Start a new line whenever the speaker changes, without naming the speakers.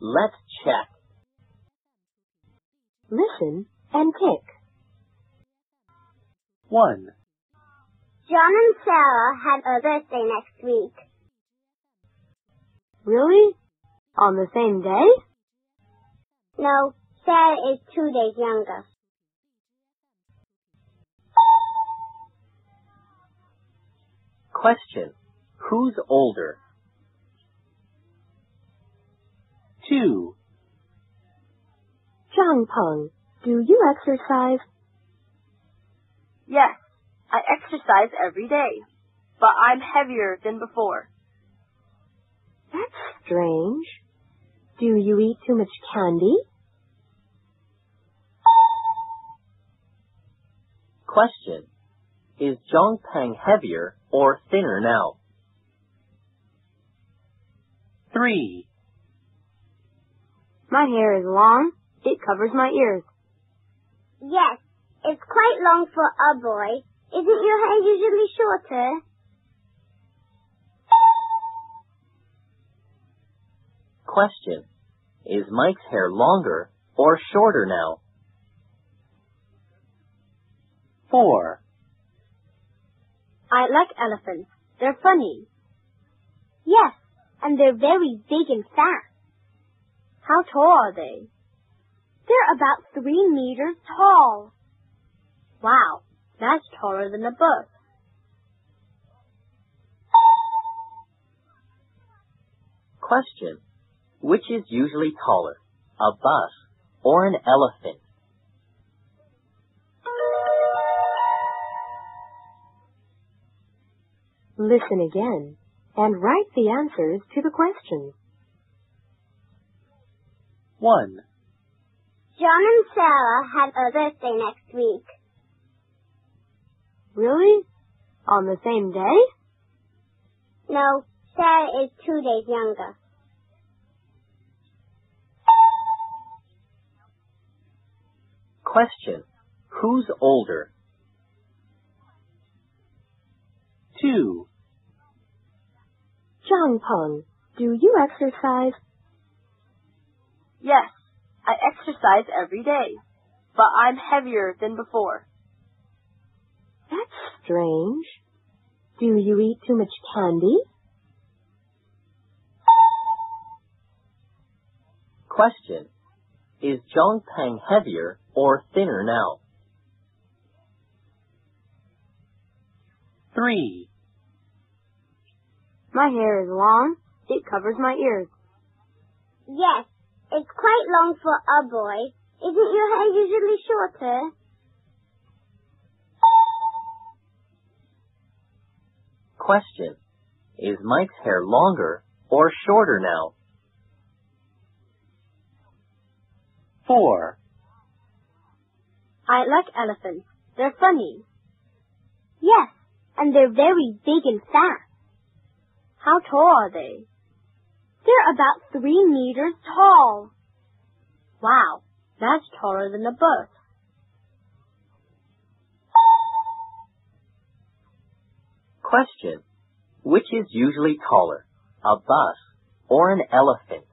Let's check.
Listen and pick.
1.
John and Sarah had a birthday next week.
Really? On the same day?
No, Sarah is two days younger.
Question. Who's older? 2.
Zhang Peng, do you exercise?
Yes, I exercise every day, but I'm heavier than before.
That's strange. Do you eat too much candy?
Question. Is Zhang Peng heavier or thinner now? 3.
My hair is long. It covers my ears.
Yes, it's quite long for a boy. Isn't your hair usually shorter?
Question. Is Mike's hair longer or shorter now? 4.
I like elephants. They're funny.
Yes, and they're very big and fat.
How tall are they?
They're about three meters tall.
Wow, that's taller than the book.
Question. Which is usually taller, a bus or an elephant?
Listen again and write the answers to the questions.
1.
John and Sarah had a birthday next week.
Really? On the same day?
No, Sarah is two days younger.
Question. Who's older? 2.
Zhang Peng, do you exercise?
Yes, I exercise every day, but I'm heavier than before.
That's strange. Do you eat too much candy?
Question. Is Zhang Peng heavier or thinner now? 3.
My hair is long. It covers my ears.
Yes, it's quite long for a boy. Isn't your hair usually shorter?
Question. Is Mike's hair longer or shorter now? 4.
I like elephants. They're funny.
Yes, and they're very big and fat.
How tall are they?
They're about three meters tall.
Wow, that's taller than the book.
Question. Which is usually taller, a bus or an elephant?